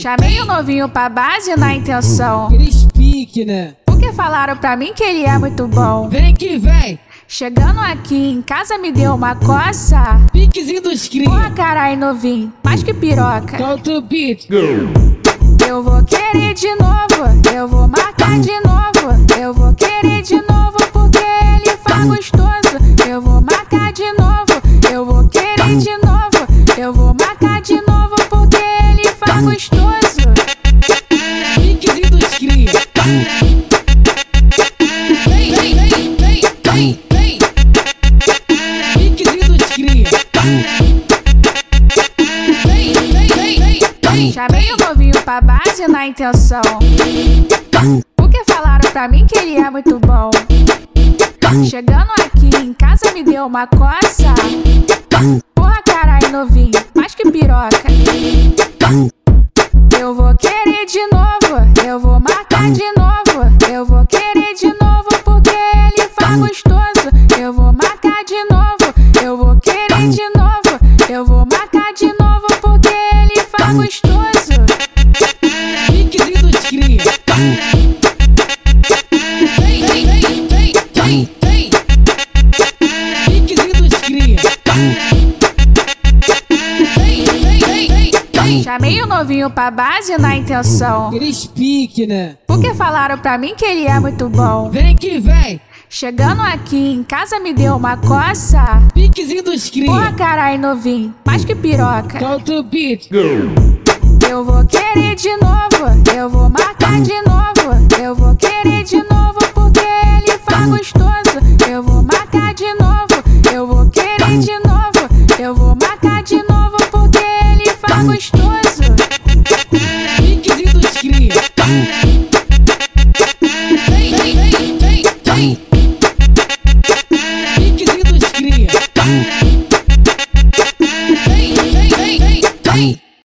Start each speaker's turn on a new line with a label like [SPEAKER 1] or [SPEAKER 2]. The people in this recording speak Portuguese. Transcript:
[SPEAKER 1] Chamei o novinho pra base na intenção.
[SPEAKER 2] Aqueles pique, né?
[SPEAKER 1] Porque falaram pra mim que ele é muito bom.
[SPEAKER 2] Vem que vem.
[SPEAKER 1] Chegando aqui em casa me deu uma coça.
[SPEAKER 2] Piquezinho dos cria.
[SPEAKER 1] Porra, carai, novinho. Mais que piroca.
[SPEAKER 2] Solta o beat.
[SPEAKER 1] Eu vou querer de novo. Eu vou marcar de novo. Eu vou querer de novo porque ele faz gostoso. Eu vou marcar de novo. Eu vou querer de novo. Eu vou marcar de novo porque ele faz gostoso.
[SPEAKER 2] Piquezinho dos cria. Vem, vem, vem, vem, vem, vem. Piquezinho dos cria. Vem, vem, vem, vem, vem.
[SPEAKER 1] Chamei o novinho pra base na intenção. Porque falaram pra mim que ele é muito bom. Chegando aqui em casa me deu uma coça. Porra, carai, novinho, mais que piroca. Eu vou querer de novo, eu vou marcar de novo. Eu vou querer de novo porque ele faz gostoso. Eu vou marcar de novo, eu vou querer de novo. Eu vou marcar de novo porque ele faz gostoso.
[SPEAKER 2] Piquezinho dos cria. Vem, vem, vem, vem, vem, vem. Piquezinho dos cria. Vem, vem, vem, vem, vem.
[SPEAKER 1] Chamei o é novinho pra base na intenção.
[SPEAKER 2] Aqueles pique, né?
[SPEAKER 1] Porque falaram pra mim que ele é muito bom.
[SPEAKER 2] Vem que vem.
[SPEAKER 1] Chegando aqui em casa me deu uma coça.
[SPEAKER 2] Piquezinho dos
[SPEAKER 1] Porra,
[SPEAKER 2] cria.
[SPEAKER 1] carai, novinho, mais que piroca.
[SPEAKER 2] Solta o beat.
[SPEAKER 1] Eu vou querer de novo, eu vou marcar de novo. Eu vou querer de novo porque ele faz gostoso. Eu vou marcar de novo, eu vou querer de novo. Eu vou marcar de novo porque ele faz gostoso.
[SPEAKER 2] Piquezinho dos cria. Vem, vem, vem, vem, vem.